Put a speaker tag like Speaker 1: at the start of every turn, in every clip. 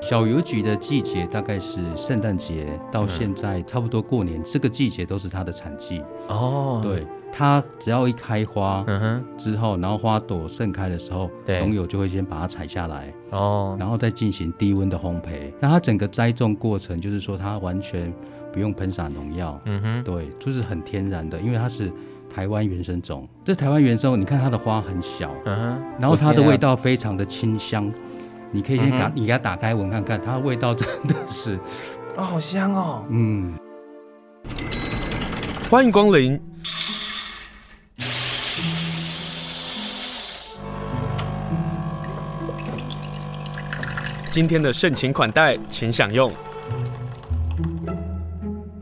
Speaker 1: 小邮局的季节大概是圣诞节
Speaker 2: 嗯
Speaker 1: 到现在差不多过年，这个季节都是它的产季。
Speaker 2: 哦，，
Speaker 1: 对，它只要一开花
Speaker 2: 嗯哼，
Speaker 1: 之后，然后花朵盛开的时候，
Speaker 2: 对
Speaker 1: 农友就会先把它采下来，
Speaker 2: 哦，
Speaker 1: 然后再进行低温的烘焙。那它整个栽种过程，就是说它完全不用喷洒农药，
Speaker 2: 嗯哼，
Speaker 1: 对，就是很天然的，因为它是台湾原生种。这台湾原生种，你看它的花很小，
Speaker 2: 嗯哼，
Speaker 1: 然后它的
Speaker 2: 我
Speaker 1: 味
Speaker 2: 现在嗯
Speaker 1: 道非常的清香，你可以先打，你给它打开闻看看，它的味道真的是，
Speaker 2: 哦，好香哦，
Speaker 1: 嗯，
Speaker 3: 欢迎光临。今天的盛情款待，请享用。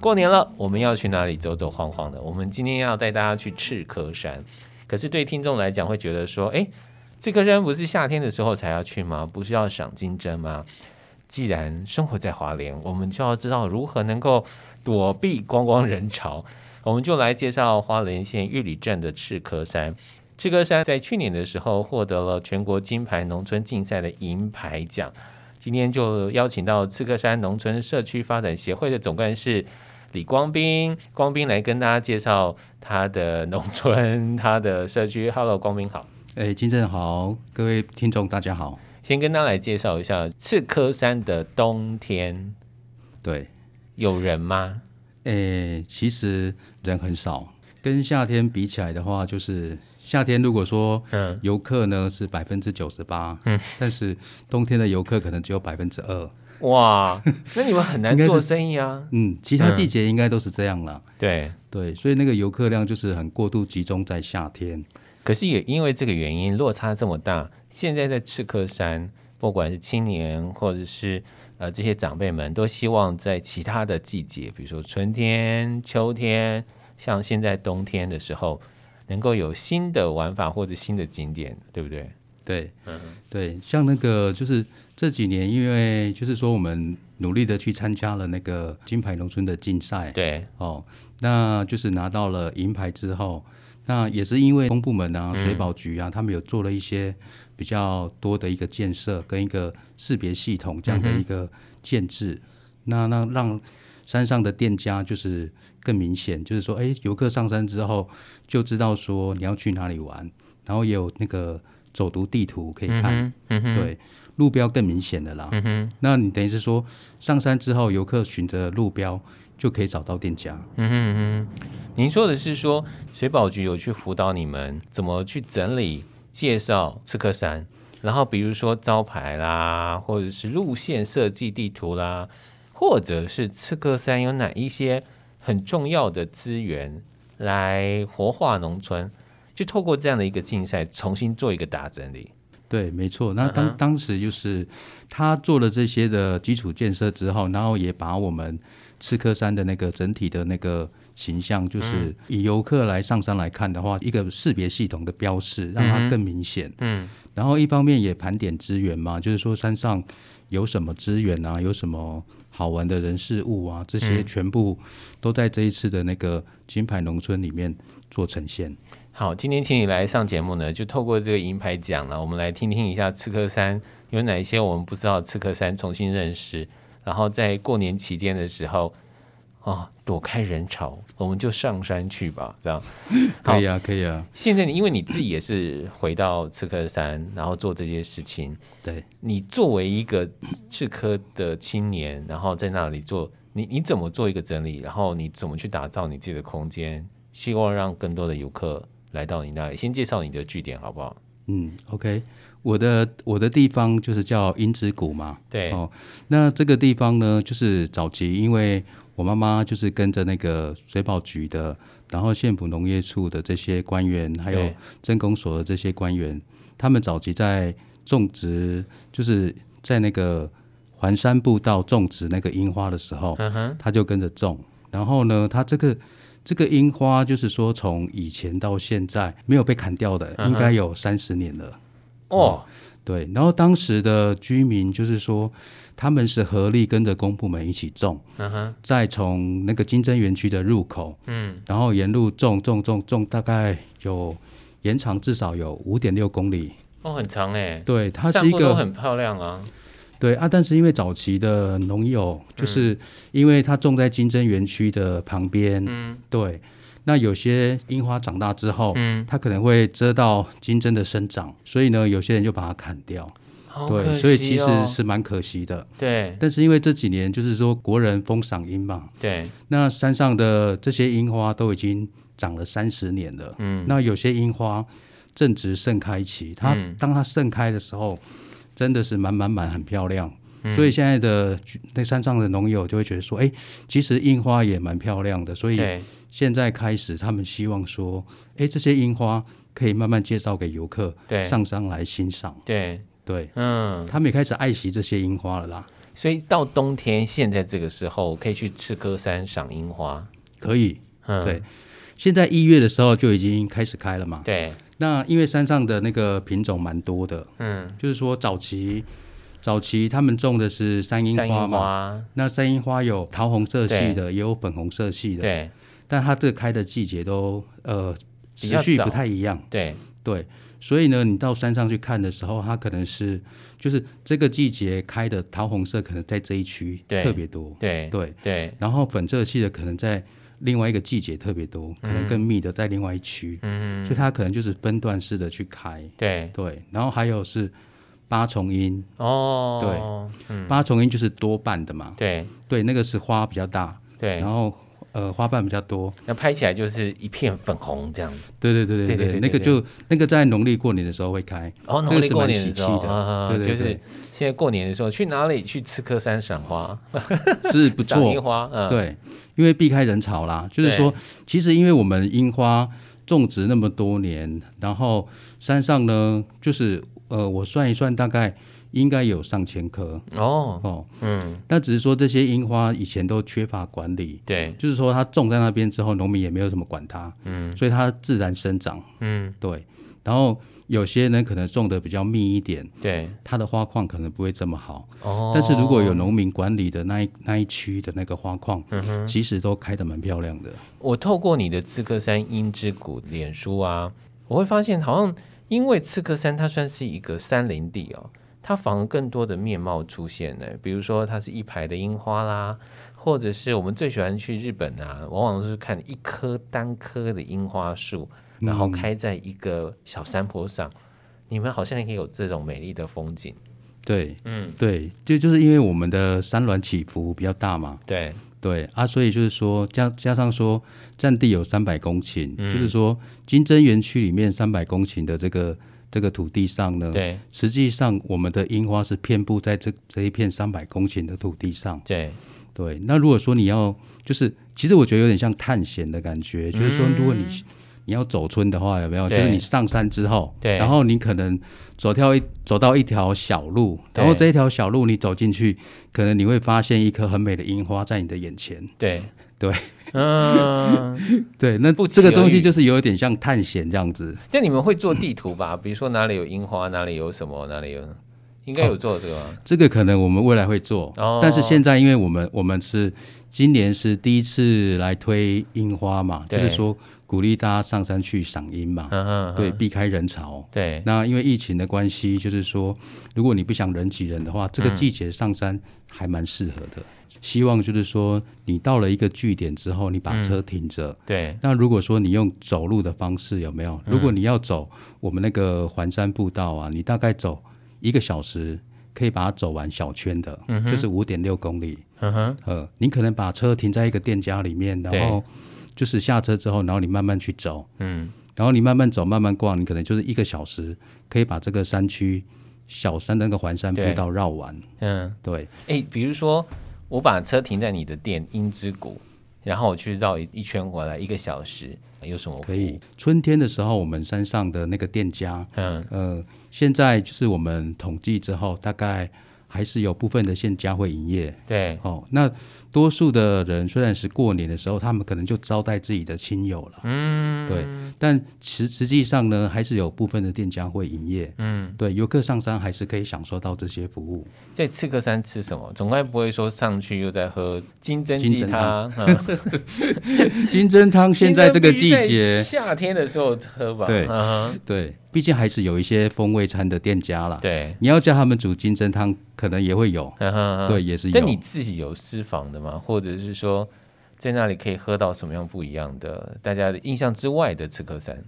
Speaker 2: 过年了，我们要去哪里走走晃晃的？我们今天要带大家去赤科山，可是对听众来讲会觉得说，哎诶，赤科山不是夏天的时候才要去吗？不是要赏金针吗？既然生活在华联，我们就要知道如何能够躲避观光人潮。我们就来介绍花莲县玉里镇的赤科山。赤科山在去年的时候获得了全国金牌农村竞赛的银牌奖。今天就邀请到赤科山农村社区发展协会的总干事李光斌，光斌来跟大家介绍他的农村、 他的社区。Hello，光斌好，
Speaker 1: 哎，金正豪，各位听众大家好，
Speaker 2: 先跟大家来介绍一下赤科山的冬天
Speaker 1: 对，
Speaker 2: 有人吗？
Speaker 1: 哎，其实人很少，跟夏天比起来的话，就是夏天如果说
Speaker 2: 嗯，
Speaker 1: 游客呢是百分之九十八，嗯，但是冬天的游客可能只有百分之二，
Speaker 2: 哇， 那你们很难
Speaker 1: 应该是
Speaker 2: 做生意啊。
Speaker 1: 嗯，其他
Speaker 2: 嗯
Speaker 1: 季节应该都是这样啦。
Speaker 2: 对，
Speaker 1: 对，所以那个游客量就是很过度集中在夏天。
Speaker 2: 可是也因为这个原因，落差这么大，现在在赤科山，不管是青年或者是呃这些长辈们，都希望在其他的季节，比如说春天、秋天，像现在冬天的时候，能够有新的玩法或者新的景点，对不对？
Speaker 1: 对，对，像那个就是这几年，因为就是说我们努力的去参加了那个金牌农村的竞赛，
Speaker 2: 对，
Speaker 1: 哦，那就是拿到了银牌之后，那也是因为公部门
Speaker 2: 嗯
Speaker 1: 啊、水保局啊，他们有做了一些比较多的一个建设跟一个识别系统这样的一个建制，
Speaker 2: 嗯
Speaker 1: 那那让山上的店家就是更明显，就是说，哎，游客上山之后就知道说你要去哪里玩，然后也有那个走读地图可以看，
Speaker 2: 嗯嗯哼，嗯
Speaker 1: 对，路标更明显的啦。那你等于是说，上山之后，游客循着路标就可以找到店家。
Speaker 2: 嗯哼嗯哼，您说的是说水保局有去辅导你们怎么去整理介绍刺客山，然后比如说招牌啦，或者是路线设计地图啦，或者是刺客山有哪一些很重要的资源来活化农村，就透过这样的一个竞赛重新做一个大整理。
Speaker 1: 对，没错。那
Speaker 2: 嗯
Speaker 1: 当、当时就是他做了这些的基础建设之后，然后也把我们赤科山的那个整体的那个形象，
Speaker 2: 嗯
Speaker 1: 就是以游客来上山来看的话，一个识别系统的标示，让它更明显。
Speaker 2: 嗯，
Speaker 1: 然后一方面也盘点资源嘛，就是说山上有什么资源啊，有什么好玩的人事物啊，这
Speaker 2: 嗯
Speaker 1: 些全部都在这一次的那个金牌农村里面做呈现。
Speaker 2: 好，今天请你来上节目呢，就透过这个银牌奖呢，我们来听听一下刺客山有哪一些我们不知道的刺客山，重新认识。然后在过年期间的时候，哦，躲开人潮，我们就上山去吧。这样，好
Speaker 1: 可以啊，可以啊，
Speaker 2: 现在你因为你自己也是回到刺客山，然后做这些事情，
Speaker 1: 对。
Speaker 2: 你作为一个刺客的青年，然后在那里做，你你怎么做一个整理？然后你怎么去打造你自己的空间，希望让更多的游客来到你那里？先介绍你的据点好不好？
Speaker 1: 嗯，OK，我的我的地方就是叫英之谷嘛。
Speaker 2: 对，
Speaker 1: 哦，那这个地方呢，就是早期因为我妈妈就是跟着那个水保局的，然后县府农业处的这些官员，还有
Speaker 2: 对
Speaker 1: 镇公所的这些官员，他们早期在种植，就是在那个环山步道种植那个樱花的时候，
Speaker 2: 嗯哼，
Speaker 1: 他就跟着种。然后呢，他这个这个樱花，就是说从以前到现在没有被砍掉的，
Speaker 2: 嗯哼
Speaker 1: 应该有三十年了。
Speaker 2: 哦，
Speaker 1: 对，然后当时的居民就是说，他们是合力跟着公部门一起种，
Speaker 2: 嗯哼，
Speaker 1: 再从那个金针园区的入口，
Speaker 2: 嗯，
Speaker 1: 然后沿路种种种种，大概有延长至少有五点六公里。
Speaker 2: 哦，很长哎，
Speaker 1: 对，它是
Speaker 2: 散
Speaker 1: 一
Speaker 2: 步都
Speaker 1: 个
Speaker 2: 很漂亮啊，
Speaker 1: 对啊，但是因为早期的农友，
Speaker 2: 嗯
Speaker 1: 就是因为它种在金针园区的旁边，嗯，对。那有些樱花长大之后，
Speaker 2: 嗯，
Speaker 1: 它可能会遮到金针的生长，所以呢，有些人就把它砍掉。
Speaker 2: 好可
Speaker 1: 对，
Speaker 2: 惜
Speaker 1: 所以其实
Speaker 2: 哦
Speaker 1: 是蛮可惜的。
Speaker 2: 对
Speaker 1: 但是因为这几年就是说国人封赏樱嘛，
Speaker 2: 对，
Speaker 1: 那山上的这些樱花都已经长了三十年了。
Speaker 2: 嗯，
Speaker 1: 那有些樱花正值盛开期，它、
Speaker 2: 嗯
Speaker 1: 当它盛开的时候，真的是满满满，很漂亮。
Speaker 2: 嗯
Speaker 1: 所以现在的那山上的农友就会觉得说，哎、其实樱花也蛮漂亮的，所以
Speaker 2: 对
Speaker 1: 现在开始他们希望说，哎、这些樱花可以慢慢介绍给游客
Speaker 2: 对
Speaker 1: 上山来欣赏。
Speaker 2: 对，
Speaker 1: 对
Speaker 2: 嗯，
Speaker 1: 他们也开始爱惜这些樱花了啦。
Speaker 2: 所以到冬天现在这个时候可以去赤科山赏樱花，
Speaker 1: 可以，
Speaker 2: 嗯，
Speaker 1: 对。现在一月的时候就已经开始开了嘛。
Speaker 2: 对，
Speaker 1: 那因为山上的那个品种蛮多的，
Speaker 2: 嗯，
Speaker 1: 就是说早期早期他们种的是山樱
Speaker 2: 山
Speaker 1: 花
Speaker 2: 樱
Speaker 1: 嘛。
Speaker 2: 花，
Speaker 1: 那山樱花有桃红色系的，也有粉红色系的，
Speaker 2: 对
Speaker 1: 但它这个开的季节都呃
Speaker 2: 比
Speaker 1: 时
Speaker 2: 较
Speaker 1: 序
Speaker 2: 早
Speaker 1: 不太一样，
Speaker 2: 对，
Speaker 1: 对，所以呢，你到山上去看的时候，它可能是就是这个季节开的桃红色，可能在这一区
Speaker 2: 对
Speaker 1: 特别多，
Speaker 2: 对，
Speaker 1: 对，
Speaker 2: 对，
Speaker 1: 然后粉色系的可能在另外一个季节特别多，可能更密的在另外一区，
Speaker 2: 嗯，
Speaker 1: 所以它可能就是分段式的去开，
Speaker 2: 对，
Speaker 1: 对，然后还有是八重樱，
Speaker 2: 哦，
Speaker 1: 八重樱就是多瓣的嘛，
Speaker 2: 对，
Speaker 1: 对，那个是花比较大，
Speaker 2: 对
Speaker 1: 然，后呃花瓣比较多，
Speaker 2: 那拍起来就是一片粉红这样子。
Speaker 1: 对对对
Speaker 2: 对对
Speaker 1: 对
Speaker 2: 对
Speaker 1: 那个就那个在农历过年的时候会开，
Speaker 2: 哦，
Speaker 1: 这个
Speaker 2: 农历
Speaker 1: 是
Speaker 2: 过
Speaker 1: 蛮
Speaker 2: 年
Speaker 1: 喜
Speaker 2: 的时
Speaker 1: 气
Speaker 2: 候，啊
Speaker 1: 的，对
Speaker 2: 就
Speaker 1: 对
Speaker 2: 是现在过年的时候去哪里去刺客山赏花，
Speaker 1: 对，是不
Speaker 2: 赏樱
Speaker 1: 错，
Speaker 2: 花，嗯，
Speaker 1: 对，因为避开人潮啦，就是说其实因为我们樱花种植那么多年，然后山上呢就是呃我算一算大概应该有上千棵
Speaker 2: 哦，
Speaker 1: 哦，
Speaker 2: 嗯，
Speaker 1: 那只是说这些樱花以前都缺乏管理。
Speaker 2: 对，
Speaker 1: 就是说，它种在那边之后，农民也没有怎么管它，嗯，所以它自然生长，
Speaker 2: 嗯，
Speaker 1: 对，然后有些呢可能种的比较密一点，
Speaker 2: 对，
Speaker 1: 它的花况可能不会这么好。
Speaker 2: 哦，
Speaker 1: 但是如果有农民管理的那一那一区的那个花况，
Speaker 2: 嗯
Speaker 1: 其实都开得蛮漂亮的。
Speaker 2: 我透过你的刺客山樱之谷脸书啊，我会发现好像因为刺客山它算是一个山林地哦，它反而更多的面貌出现呢。比如说它是一排的樱花啦，或者是我们最喜欢去日本啊，往往都是看一棵单棵的樱花树，
Speaker 1: 嗯
Speaker 2: 然后开在一个小山坡上。你们好像也有这种美丽的风景，
Speaker 1: 对
Speaker 2: 嗯，
Speaker 1: 对，就就是因为我们的山峦起伏比较大嘛，
Speaker 2: 对，
Speaker 1: 对啊，所以就是说加加上说占地有三百公顷，
Speaker 2: 嗯
Speaker 1: 就是说金针园区里面三百公顷的这个这个土地上呢，
Speaker 2: 对，
Speaker 1: 实际上我们的樱花是遍布在这这一片三百公顷的土地上。
Speaker 2: 对，
Speaker 1: 对，那如果说你要，就是其实我觉得有点像探险的感觉，就是说，如果你你要走村的话，有没有？就
Speaker 2: 嗯对
Speaker 1: 是你上山之后，
Speaker 2: 对
Speaker 1: 然后你可能走跳一走到一条小路，
Speaker 2: 对
Speaker 1: 然后这一条小路你走进去，可能你会发现一棵很美的樱花在你的眼前。
Speaker 2: 对，
Speaker 1: 对，
Speaker 2: 嗯，
Speaker 1: 对，那
Speaker 2: 不
Speaker 1: 这
Speaker 2: 期
Speaker 1: 个
Speaker 2: 而
Speaker 1: 东
Speaker 2: 遇
Speaker 1: 西就是有点像探险这样子。
Speaker 2: 那你们会做地图吧？比如说哪里有樱花，哪里有什么，哪里有，应该有做这个吧？
Speaker 1: 这个可能我们未来会做，
Speaker 2: 哦
Speaker 1: 但是现在因为我们我们是今年是第一次来推樱花嘛，就
Speaker 2: 对
Speaker 1: 是说鼓励大家上山去赏樱嘛，
Speaker 2: 嗯哼
Speaker 1: 对，避开人潮。
Speaker 2: 对
Speaker 1: 那因为疫情的关系，就是说，如果你不想人挤人的话，这
Speaker 2: 嗯
Speaker 1: 个季节上山还蛮适合的。希望就是说，你到了一个据点之后，你把
Speaker 2: 嗯
Speaker 1: 车停着。
Speaker 2: 对
Speaker 1: 那如果说你用走路的方式，有没有？
Speaker 2: 嗯
Speaker 1: 如果你要走我们那个环山步道啊，你大概走一个小时，可以把它走完小圈的，就是五点六公里。
Speaker 2: 嗯哼，
Speaker 1: 呃，你可能把车停在一个店家里面，
Speaker 2: 对
Speaker 1: 然后就是下车之后，然后你慢慢去走。
Speaker 2: 嗯，
Speaker 1: 然后你慢慢走，慢慢逛，你可能就是一个小时，可以把这个山区小山的那个环山步
Speaker 2: 对
Speaker 1: 道绕完。
Speaker 2: 嗯，
Speaker 1: 对，
Speaker 2: 哎，比如说我把车停在你的店樱之谷，然后我去绕一一圈回来，一个小时，有什么服务
Speaker 1: 可以？。春天的时候，我们山上的那个店家，
Speaker 2: 嗯，
Speaker 1: 呃，现在就是我们统计之后，大概还是有部分的店家会营业。
Speaker 2: 对，
Speaker 1: 哦，那多数的人虽然是过年的时候，他们可能就招待自己的亲友了，
Speaker 2: 嗯，
Speaker 1: 对，但实实际上呢，还是有部分的店家会营业，
Speaker 2: 嗯，
Speaker 1: 对，游客上山还是可以享受到这些服务。
Speaker 2: 在刺客山吃什么？总该不会说上去又在喝金针
Speaker 1: 金
Speaker 2: 鸡
Speaker 1: 针
Speaker 2: 汤？ 嗯
Speaker 1: 金针汤现在这个季
Speaker 2: 金针鸡在
Speaker 1: 节，
Speaker 2: 夏天的时候喝吧。
Speaker 1: 对
Speaker 2: 嗯哼
Speaker 1: 对，毕竟还是有一些风味餐的店家啦。
Speaker 2: 对，
Speaker 1: 你要叫他们煮金针汤，可能也会有，
Speaker 2: 嗯哼
Speaker 1: 对，。也是有。
Speaker 2: 但你自己有私房的吗？或者是说，在那里可以喝到什么样不一样的？大家的印象之外的刺客山？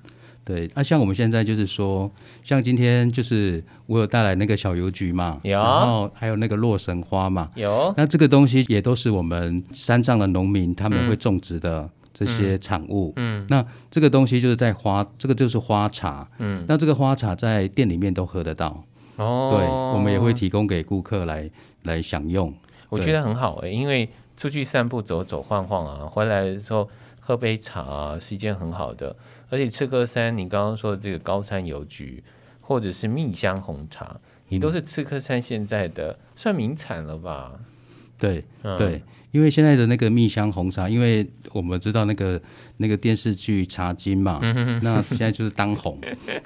Speaker 1: 对，那、像我们现在就是说，像今天就是我有带来那个小邮局嘛，
Speaker 2: 有
Speaker 1: 然后还有那个洛神花嘛，
Speaker 2: 有，
Speaker 1: 那这个东西也都是我们山上的农民他们
Speaker 2: 嗯
Speaker 1: 会种植的这些产物。
Speaker 2: 嗯
Speaker 1: 那这个东西就是在花，这个就是花茶。
Speaker 2: 嗯，
Speaker 1: 那这个花茶在店里面都喝得到，
Speaker 2: 哦，
Speaker 1: 对，我们也会提供给顾客来来享用。
Speaker 2: 我觉得很好诶、因为出去散步走走晃晃啊，回来的时候喝杯茶啊，是一件很好的。而且赤科山，你刚刚说的这个高山邮局，或者是蜜香红茶，
Speaker 1: 嗯
Speaker 2: 也都是赤科山现在的算名产了吧？
Speaker 1: 对
Speaker 2: 嗯、
Speaker 1: 对，因为现在的那个蜜香红茶，因为我们知道那个那个电视剧《茶经》嘛，
Speaker 2: 嗯
Speaker 1: 那现在就是当 红。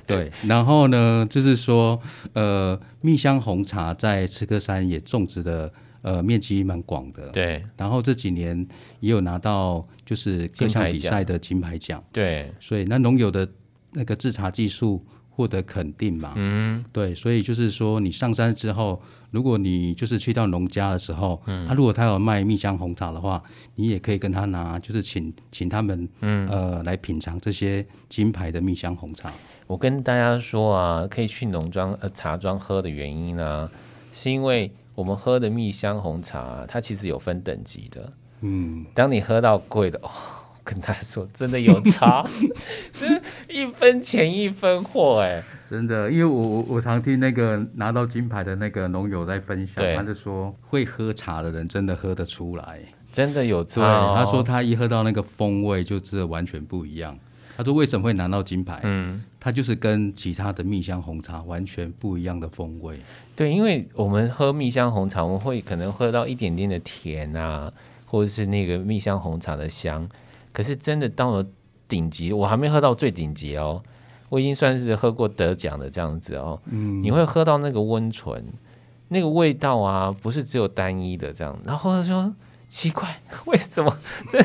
Speaker 1: 对，然后呢，就是说，呃，蜜香红茶在赤科山也种植的呃面积蛮广的。
Speaker 2: 对
Speaker 1: 然后这几年也有拿到就是各项比赛的金牌奖，
Speaker 2: 对，
Speaker 1: 所以那农友的那个制茶技术获得肯定嘛。
Speaker 2: 嗯，
Speaker 1: 对，所以就是说你上山之后，如果你就是去到农家的时候，他、如果他有卖蜜香红茶的话，你也可以跟他拿，就是请请他们，嗯呃来品尝这些金牌的蜜香红茶。
Speaker 2: 我跟大家说啊，可以去农庄呃茶庄喝的原因呢、是因为我们喝的蜜香红茶啊、它其实有分等级的。
Speaker 1: 嗯，
Speaker 2: 当你喝到贵的，哦，跟大家说，真的有差， 就是一分钱一分货，哎，
Speaker 1: 真的，因为我我我常听那个拿到金牌的那个农友在分享
Speaker 2: 对，
Speaker 1: 他就说会喝茶的人真的喝得出来。
Speaker 2: 真的有差、
Speaker 1: 对，
Speaker 2: 哦。
Speaker 1: 他说，他一喝到那个风味，就真的完全不一样。他说为什么会拿到金牌？
Speaker 2: 嗯，
Speaker 1: 他就是跟其他的蜜香红茶完全不一样的风味。
Speaker 2: 对，因为我们喝蜜香红茶，我们会可能喝到一点点的甜啊，或者是那个蜜香红茶的香，可是真的到了顶级，我还没喝到最顶级哦，我已经算是喝过得奖的这样子哦，
Speaker 1: 嗯，
Speaker 2: 你会喝到那个温醇，那个味道啊，不是只有单一的这样。然后他说奇怪，为什么真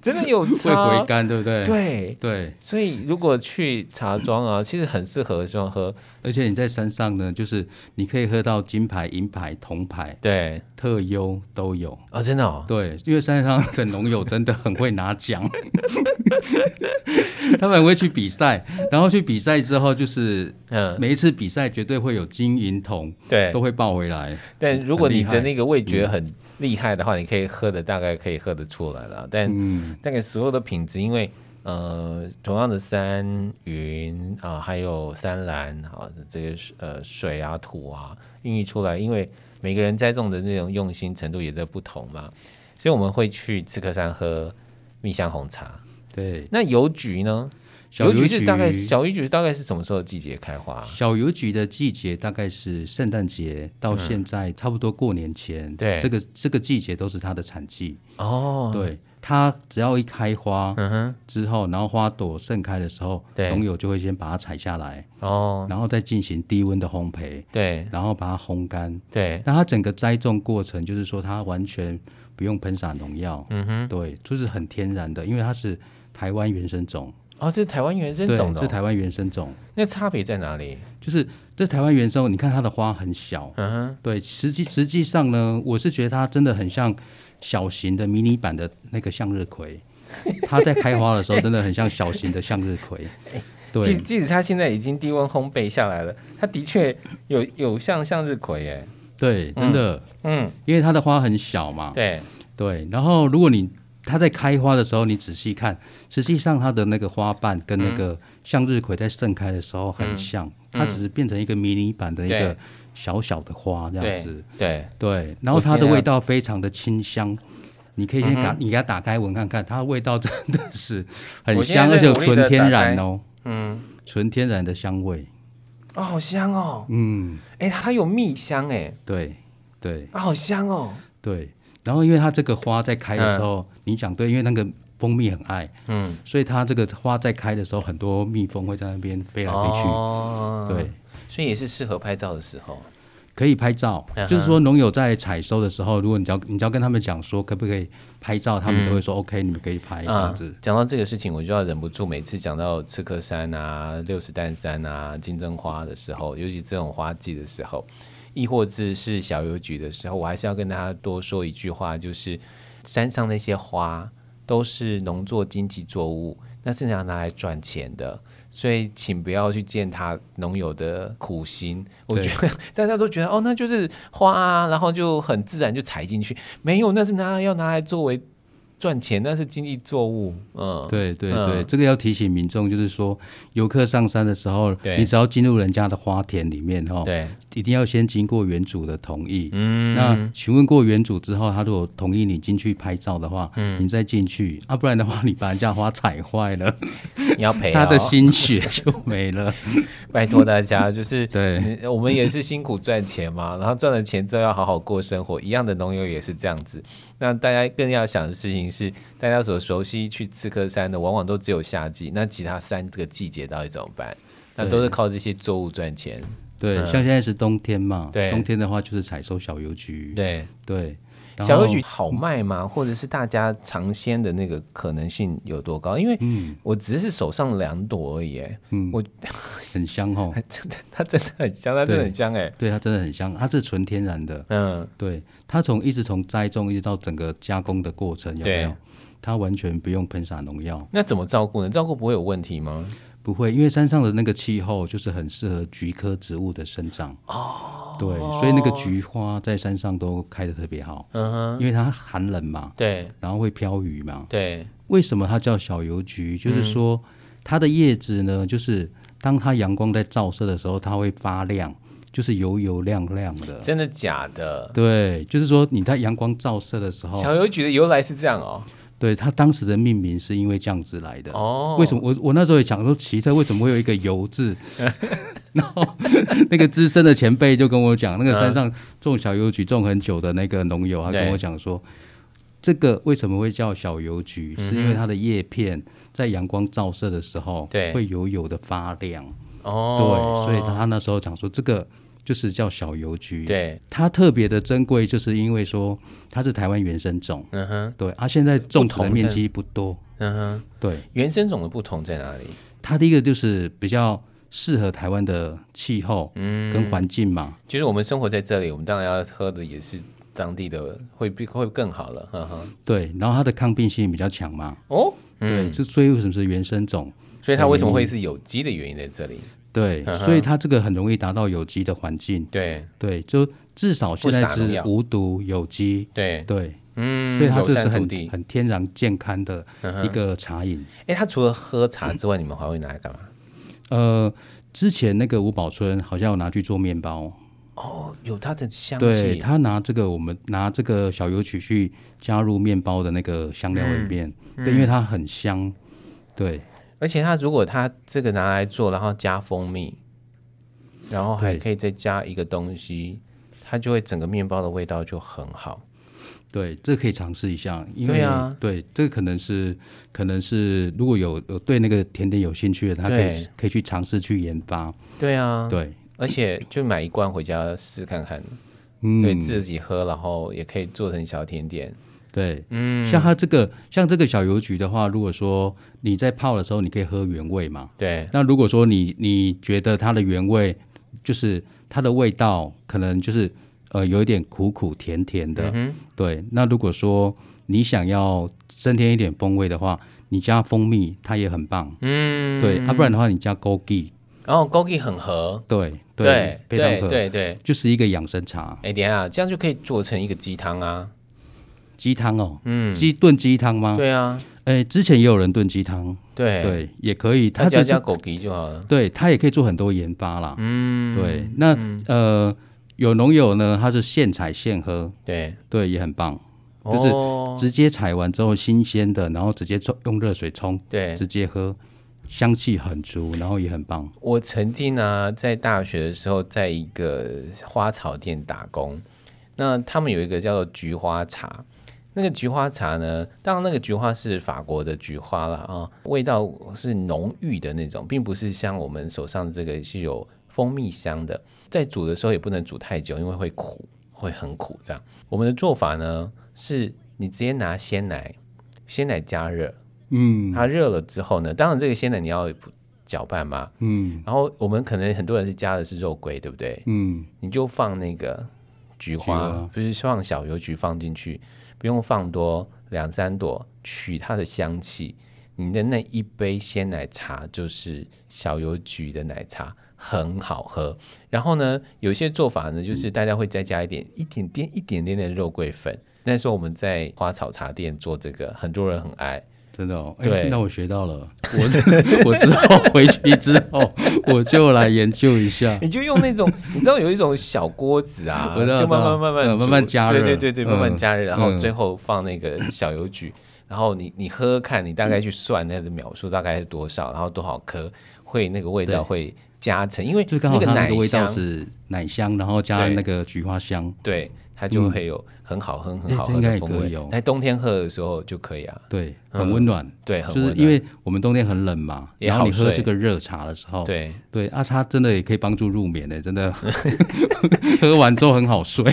Speaker 2: 真的有
Speaker 1: 会回
Speaker 2: 差？
Speaker 1: 甘，对不对？
Speaker 2: 对，
Speaker 1: 对
Speaker 2: 所以如果去茶庄啊，其实很适合这种喝。
Speaker 1: 而且你在山上呢，就是你可以喝到金牌、银牌、铜牌、
Speaker 2: 对，
Speaker 1: 特优都有。
Speaker 2: 哦，真的哦，
Speaker 1: 对，因为山上的农友真的很会拿奖， 他们很会去比赛，然后去比赛之后，就是呃
Speaker 2: 嗯，
Speaker 1: 每一次比赛绝对会有金银铜
Speaker 2: 对
Speaker 1: 都。会抱回来。
Speaker 2: 但如果你的
Speaker 1: 很厉害嗯
Speaker 2: 那个味觉很厉害的话，你可以喝的大概可以喝得出来了。但
Speaker 1: 嗯，
Speaker 2: 大概所有的品质，因为呃，同样的山云啊、还有山岚啊，这些水呃水啊、土啊，孕育出来，因为每个人栽种的那种用心程度也在不同嘛，所以我们会去刺客山喝蜜香红茶。
Speaker 1: 对，
Speaker 2: 那邮局呢？邮局是大概小邮局大概是什么时候的季节开花？
Speaker 1: 小邮局的季节大概是圣诞节到现在差不多过年前，
Speaker 2: 对
Speaker 1: 这个这个季节都是它的产季。
Speaker 2: 哦，，
Speaker 1: 对，它只要一开花
Speaker 2: 嗯哼，
Speaker 1: 之后，然后花朵盛开的时候，
Speaker 2: 对
Speaker 1: 农友就会先把它采下来，
Speaker 2: 哦，
Speaker 1: 然后再进行低温的烘焙，
Speaker 2: 对
Speaker 1: 然后把它烘干。
Speaker 2: 对，
Speaker 1: 那它整个栽种过程就是说，它完全不用喷洒农药，
Speaker 2: 嗯哼，
Speaker 1: 对，就是很天然的，因为它是台湾原生种，
Speaker 2: 哦，这是台湾原生
Speaker 1: 对，
Speaker 2: 种的
Speaker 1: 是
Speaker 2: 哦、
Speaker 1: 台湾原生种。
Speaker 2: 那差别在哪里？
Speaker 1: 就是这台湾原生种，你看它的花很小，
Speaker 2: 嗯哼，
Speaker 1: 对，实际实际上呢，我是觉得它真的很像小型的迷你版的那个向日葵，它在开花的时候真的很像小型的向日葵，
Speaker 2: 哎即
Speaker 1: 对
Speaker 2: 即使它现在已经低温烘焙下来了，它的确有有像向日葵耶，
Speaker 1: 对，真的，
Speaker 2: 嗯，
Speaker 1: 因为它的花很小嘛，
Speaker 2: 对，
Speaker 1: 对，然后如果你它在开花的时候，你仔细看，实际上它的那个花瓣跟
Speaker 2: 嗯
Speaker 1: 那个向日葵在盛开的时候很像，它只是变成一个迷你版的一
Speaker 2: 对
Speaker 1: 个小小的花这样
Speaker 2: 对
Speaker 1: 子。，
Speaker 2: 对，
Speaker 1: 对，然后它的味道非常的清香，你可以先
Speaker 2: 嗯
Speaker 1: 打，你给它打开闻看看，它的味道真的是很
Speaker 2: 我现在
Speaker 1: 香，
Speaker 2: 在
Speaker 1: 而且有
Speaker 2: 努力地
Speaker 1: 纯天然哦，
Speaker 2: 嗯，
Speaker 1: 纯天然的香味。
Speaker 2: 哦，好香哦，
Speaker 1: 嗯，
Speaker 2: 哎，它有蜜香哎，
Speaker 1: 对，对，
Speaker 2: 啊，好香哦，
Speaker 1: 对。然后因为它这个花在开的时候，你讲对，因为那个蜂蜜很爱，
Speaker 2: 嗯，
Speaker 1: 所以它这个花在开的时候，很多蜜蜂会在那边飞来飞去，
Speaker 2: 哦
Speaker 1: 对，
Speaker 2: 所以也是适合拍照的时候。
Speaker 1: 可以拍照。
Speaker 2: 嗯哼
Speaker 1: 就是说，农友在采收的时候，如果你只要你只要跟他们讲说可不可以拍照，他们都
Speaker 2: 嗯
Speaker 1: 会说 OK，你们可以拍这样
Speaker 2: 啊
Speaker 1: 子。，
Speaker 2: 讲到这个事情，我就要忍不住每次讲到刺客山啊、六十石山啊、金针花的时候，尤其这种花季的时候，亦或者是小邮局的时候，我还是要跟大家多说一句话，就是山上那些花都是农作经济作物，那是拿拿来赚钱的。所以，请不要去践踏农友的苦心。我觉得 大家都觉得哦，那就是花啊，然后就很自然就踩进去。没有，那是拿要拿来作为赚钱，那是经济作物。嗯，
Speaker 1: 对对
Speaker 2: 嗯
Speaker 1: 对，这个要提醒民众，就是说游客上山的时候
Speaker 2: 对，
Speaker 1: 你只要进入人家的花田里面哦，
Speaker 2: 对，
Speaker 1: 一定要先经过园主的同意。
Speaker 2: 嗯，
Speaker 1: 那询问过园主之后，他如果同意你进去拍照的话，
Speaker 2: 嗯
Speaker 1: 你再进去，啊，不然的话你把人家花踩坏了，
Speaker 2: 你要赔、哦、
Speaker 1: 他的心血就没 了。
Speaker 2: 嗯拜托大家，就是
Speaker 1: 对
Speaker 2: 嗯我们也是辛苦赚钱嘛， 然后赚了钱之后要好好过生活，一样的农友也是这样子。那大家更要想的事情是，大家所熟悉去刺客山的，往往都只有夏季，那其他三个季节到底怎么办？那都是靠这些作物赚钱。
Speaker 1: 对，
Speaker 2: 嗯
Speaker 1: 像现在是冬天嘛，
Speaker 2: 对
Speaker 1: 冬天的话就是采收小邮局，
Speaker 2: 对，
Speaker 1: 对，然
Speaker 2: 小
Speaker 1: 后
Speaker 2: 邮局好卖吗？或者是大家尝鲜的那个可能性有多高？因为
Speaker 1: 嗯
Speaker 2: 我只是手上两朵而已耶，
Speaker 1: 嗯，
Speaker 2: 我
Speaker 1: 很香哦，
Speaker 2: 真的，它真的很香，它真的很香哎。
Speaker 1: 对，它真的很香，它是纯天然的，
Speaker 2: 嗯，
Speaker 1: 对，它从一直从栽种一直到整个加工的过程，有没有
Speaker 2: 对？
Speaker 1: 它完全不用喷洒农药，
Speaker 2: 那怎么照顾呢？照顾不会有问题吗？
Speaker 1: 不会，因为山上的那个气候就是很适合菊科植物的生长。哦，对，所以那个菊花在山上都开得特别好，
Speaker 2: 嗯哼，
Speaker 1: 因为它寒冷嘛，
Speaker 2: 对
Speaker 1: 然后会飘雨嘛。
Speaker 2: 对，
Speaker 1: 为什么它叫小油菊？就是
Speaker 2: 嗯
Speaker 1: 说它的叶子呢，就是当它阳光在照射的时候，它会发亮，就是油油亮亮的。
Speaker 2: 真的假的？
Speaker 1: 对，就是说你在阳光照射的时候，
Speaker 2: 小邮局的由来是这样哦。
Speaker 1: 对它当时的命名是因为这样子来的。
Speaker 2: 哦，
Speaker 1: 为什么我我那时候也想说奇特，为什么会有一个油 字？然后那个资深的前辈就跟我讲，那个山上种小邮局种很久的那个农友，他
Speaker 2: 对嗯
Speaker 1: 跟我讲说，这个为什么会叫小邮局？是因为它的叶片在阳光照射的时候，
Speaker 2: 对
Speaker 1: 会油油的发亮，
Speaker 2: 哦，
Speaker 1: 对，所以他那时候讲说这个就是叫小邮局。，
Speaker 2: 对，
Speaker 1: 它特别的珍贵，就是因为说它是台湾原生种，
Speaker 2: 嗯哼，
Speaker 1: 对，它、现在种植
Speaker 2: 不同
Speaker 1: 的面
Speaker 2: 的
Speaker 1: 积不多，
Speaker 2: 嗯哼，
Speaker 1: 对。
Speaker 2: 原生种的不同在哪里？
Speaker 1: 它第一个就是比较适合台湾的气候
Speaker 2: 嗯
Speaker 1: 跟环境嘛，
Speaker 2: 就是我们生活在这里，我们当然要喝的也是当地的，会比会更好了。嗯哼，
Speaker 1: 对，然后它的抗病性比较强嘛，
Speaker 2: 哦，
Speaker 1: 对，
Speaker 2: 嗯，
Speaker 1: 这所以为什么是原生种？
Speaker 2: 所以它为什么会是有机的原因在这里？
Speaker 1: 对，
Speaker 2: 嗯哼
Speaker 1: 所以它这个很容易达到有机的环境，
Speaker 2: 对
Speaker 1: 对，就至少现在
Speaker 2: 不撒农
Speaker 1: 是
Speaker 2: 药
Speaker 1: 无毒有机，
Speaker 2: 对，
Speaker 1: 对，
Speaker 2: 嗯，
Speaker 1: 所以它
Speaker 2: 友
Speaker 1: 这
Speaker 2: 善
Speaker 1: 是
Speaker 2: 土
Speaker 1: 很
Speaker 2: 地。
Speaker 1: 很天然健康的
Speaker 2: 嗯
Speaker 1: 一
Speaker 2: 哼，
Speaker 1: 个茶饮。
Speaker 2: 哎，它除了喝茶之外，你们还会拿来干嘛？
Speaker 1: 呃，之前那个吴宝春好像有拿去做面包，
Speaker 2: 哦，有它的香
Speaker 1: 对
Speaker 2: 气，
Speaker 1: 他拿这个，我们拿这个小油曲去加入面包的那个香料里面，
Speaker 2: 嗯
Speaker 1: 对，因为它很香，对
Speaker 2: 而且它如果它这个拿来做，然后加蜂蜜，然后还
Speaker 1: 对
Speaker 2: 可以再加一个东西，它就会整个面包的味道就很好。
Speaker 1: 对，这可以尝试一下，因为
Speaker 2: 对啊
Speaker 1: 对这个可能是可能是如果有有对那个甜点有兴趣的，他可以
Speaker 2: 对
Speaker 1: 可以去尝试去研发，
Speaker 2: 对啊，
Speaker 1: 对，
Speaker 2: 而且就买一罐回家试看看，
Speaker 1: 嗯，
Speaker 2: 对自己喝，然后也可以做成小甜点。
Speaker 1: 对
Speaker 2: 嗯，
Speaker 1: 像它这个像这个小油曲的话，如果说你在泡的时候，你可以喝原味嘛，
Speaker 2: 对，
Speaker 1: 那如果说你你觉得它的原味，就是它的味道，可能就是呃有一点苦苦甜甜的，
Speaker 2: 嗯
Speaker 1: 对。那如果说你想要增添一点风味的话，你加蜂蜜它也很棒，
Speaker 2: 嗯，
Speaker 1: 对。啊，不然的话你加枸杞，
Speaker 2: 然后枸杞很合，
Speaker 1: 对
Speaker 2: 对
Speaker 1: 非常
Speaker 2: 对
Speaker 1: 合，
Speaker 2: 对对。
Speaker 1: 就是一个养生茶，
Speaker 2: 哎，等一下，这样就可以做成一个鸡汤啊。
Speaker 1: 鸡汤哦，
Speaker 2: 嗯，
Speaker 1: 鸡炖鸡汤吗？
Speaker 2: 对啊，
Speaker 1: 哎，之前也有人炖鸡汤，
Speaker 2: 对，
Speaker 1: 对，也可以，
Speaker 2: 他
Speaker 1: 它
Speaker 2: 加
Speaker 1: 只是
Speaker 2: 加枸杞就好了。
Speaker 1: 对它也可以做很多研发啦，
Speaker 2: 嗯，
Speaker 1: 对，那、呃，有农友呢，他是现采现喝，
Speaker 2: 对，
Speaker 1: 对，也很棒，就是
Speaker 2: 是
Speaker 1: 直接采完之后新鲜的，然后直接冲用热水冲，
Speaker 2: 对
Speaker 1: 直接喝，香气很足，然后也很棒。
Speaker 2: 我曾经呢、在大学的时候，在一个花草店打工。那他们有一个叫做菊花茶，那个菊花茶呢，当然那个菊花是法国的菊花啦啊、味道是浓郁的那种，并不是像我们手上这个是有蜂蜜香的。在煮的时候也不能煮太久，因为会苦，会很苦。这样，我们的做法呢，是你直接拿鲜奶，鲜奶加热，
Speaker 1: 嗯
Speaker 2: 它热了之后呢，当然这个鲜奶你要搅拌嘛。
Speaker 1: 嗯
Speaker 2: 然后我们可能很多人是加的是肉桂，对不对？
Speaker 1: 嗯，
Speaker 2: 你就放那个菊
Speaker 1: 菊
Speaker 2: 花
Speaker 1: 花，
Speaker 2: 不是放小油菊放进去，不用放多，两三朵，取它的香气。你的那一杯鲜奶茶就是小油菊的奶茶，很好喝。然后呢，有一些做法呢，就是大家会再加一点、一点点、一点点的肉桂粉。那时候我们在花草茶店做这个，很多人很爱。
Speaker 1: 真的哦，哎
Speaker 2: 对
Speaker 1: 那我学到了，我我之 后回去之后我就来研究一下。
Speaker 2: 你就用那种，你知道有一种小锅子啊，
Speaker 1: 我知道
Speaker 2: 就慢慢慢慢
Speaker 1: 嗯
Speaker 2: 煮
Speaker 1: 慢慢加
Speaker 2: 对
Speaker 1: 热
Speaker 2: 对对对，慢慢
Speaker 1: 嗯
Speaker 2: 加热，然后
Speaker 1: 嗯
Speaker 2: 最后放那个小油菊，然后你你喝喝看，你大概去算那个秒数大概是多少，然后多少颗，会那个味道
Speaker 1: 对
Speaker 2: 会加成，因为
Speaker 1: 就刚好
Speaker 2: 个
Speaker 1: 它那
Speaker 2: 奶
Speaker 1: 个味道
Speaker 2: 香，
Speaker 1: 是奶香，然后加
Speaker 2: 对
Speaker 1: 那个菊花香，
Speaker 2: 对，它就会有很好喝很好
Speaker 1: 这
Speaker 2: 喝
Speaker 1: 应该
Speaker 2: 的
Speaker 1: 也
Speaker 2: 风
Speaker 1: 可
Speaker 2: 味
Speaker 1: 以哦。
Speaker 2: 在冬天喝的时候就可以啊，
Speaker 1: 对，
Speaker 2: 嗯
Speaker 1: 很温暖。
Speaker 2: 对，很
Speaker 1: 就
Speaker 2: 温
Speaker 1: 是
Speaker 2: 暖
Speaker 1: 因为我们冬天很冷嘛，
Speaker 2: 也好
Speaker 1: 然后你喝
Speaker 2: 睡
Speaker 1: 这个热茶的时候，
Speaker 2: 对
Speaker 1: 对啊，它真的也可以帮助入眠 呢，真的，喝完之后很好睡。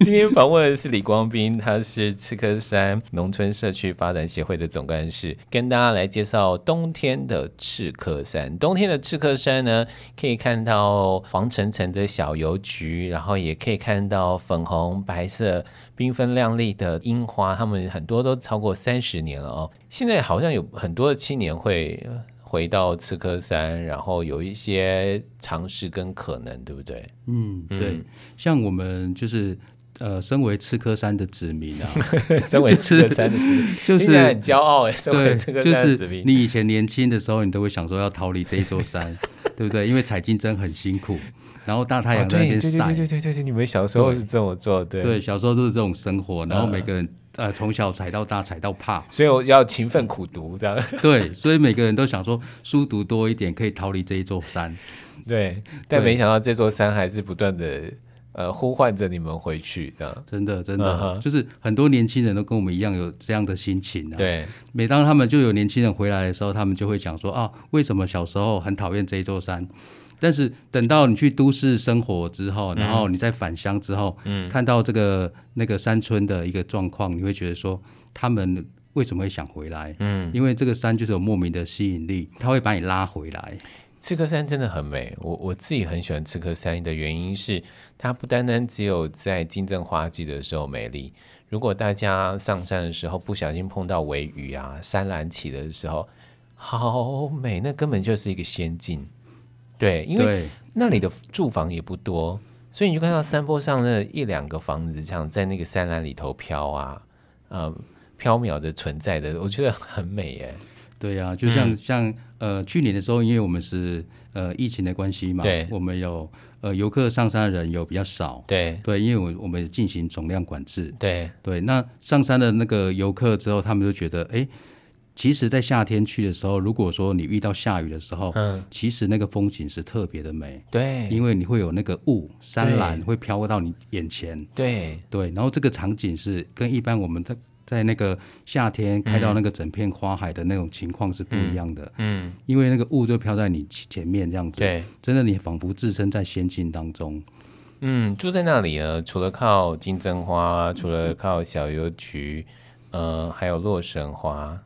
Speaker 2: 今天访问的是李光斌，他是刺客山农村社区发展协会的总干事，跟大家来介绍冬天的赤客山。冬天的赤客山呢，可以看到黄澄澄的小邮局，然后也可以看到粉红、白色、缤纷亮丽的樱花，它们很多都超过三十年了哦。现在好像有很多的青年会。回到赤科山，然后有一些尝试跟可能，对不对？
Speaker 1: 嗯，对，像我们就是呃，身为刺客山的子民 啊，
Speaker 2: 身为赤科山的时
Speaker 1: 就
Speaker 2: 听起来
Speaker 1: 是
Speaker 2: 很骄傲哎，身为
Speaker 1: 对，
Speaker 2: 这个
Speaker 1: 就
Speaker 2: 这样子
Speaker 1: 是
Speaker 2: 民
Speaker 1: 你以前年轻的时候，你都会想说要逃离这一座 山，对不对？因为采金针很辛苦，然后大太
Speaker 2: 哦
Speaker 1: 阳在哎那
Speaker 2: 对
Speaker 1: 边
Speaker 2: 对对
Speaker 1: 晒
Speaker 2: 对，对对对对，你们小时候是这么做，对嗯
Speaker 1: 对，小时候都是这种生活，然后每个人、呃从小踩到大，踩到怕，
Speaker 2: 所以我要勤奋苦读这样，
Speaker 1: 对，所以每个人都想说书读多一点，可以逃离这一座山。
Speaker 2: 对，但
Speaker 1: 对
Speaker 2: 没想到这座山还是不断的呃呼唤着你们回去这样，
Speaker 1: 真的，真的
Speaker 2: 嗯哼
Speaker 1: 就是很多年轻人都跟我们一样有这样的心情啊。，
Speaker 2: 对，
Speaker 1: 每当他们就有年轻人回来的时候，他们就会讲说啊，为什么小时候很讨厌这一座山？但是等到你去都市生活之后，然
Speaker 2: 嗯
Speaker 1: 后你再返乡之后，嗯，看到这个那个山村的一个状况，你会觉得说他们为什么会想回来？
Speaker 2: 嗯，
Speaker 1: 因为这个山就是有莫名的吸引力，它会把你拉回来。
Speaker 2: 赤科山真的很美，我我自己很喜欢赤科山的原因是，它不单单只有在金针花季的时候美丽，如果大家上山的时候不小心碰到微雨啊、山岚起的时候，好美，那根本就是一个仙境。对，因为
Speaker 1: 对，
Speaker 2: 那里的住房也不多，所以你就看到山坡上那一两个房子，这样在那个山岚里头飘啊，呃，飘渺的存在的，我觉得很美耶。
Speaker 1: 对呀、就
Speaker 2: 嗯
Speaker 1: 像、像呃去年的时候，因为我们是呃疫情的关系嘛，
Speaker 2: 对
Speaker 1: 我们有呃游客上山的人有比较少，
Speaker 2: 对
Speaker 1: 对，因为我我们进行总量管制，
Speaker 2: 对，
Speaker 1: 对，那上山的那个游客之后，他们就觉得，哎，其实，在夏天去的时候，如果说你遇到下雨的时候，
Speaker 2: 嗯，
Speaker 1: 其实那个风景是特别的美，
Speaker 2: 对
Speaker 1: 因为你会有那个雾，山
Speaker 2: 对
Speaker 1: 岚会飘到你眼前，
Speaker 2: 对
Speaker 1: 对，然后这个场景是跟一般我们在在那个夏天开到那个整片花海的那种情况是不一样的，
Speaker 2: 嗯，
Speaker 1: 因为那个雾就飘在你前面这样子，
Speaker 2: 对，
Speaker 1: 真的你仿佛置身在仙境当中，
Speaker 2: 嗯，住在那里呢，除了靠金针花，除了靠小邮局，呃，还有洛神花，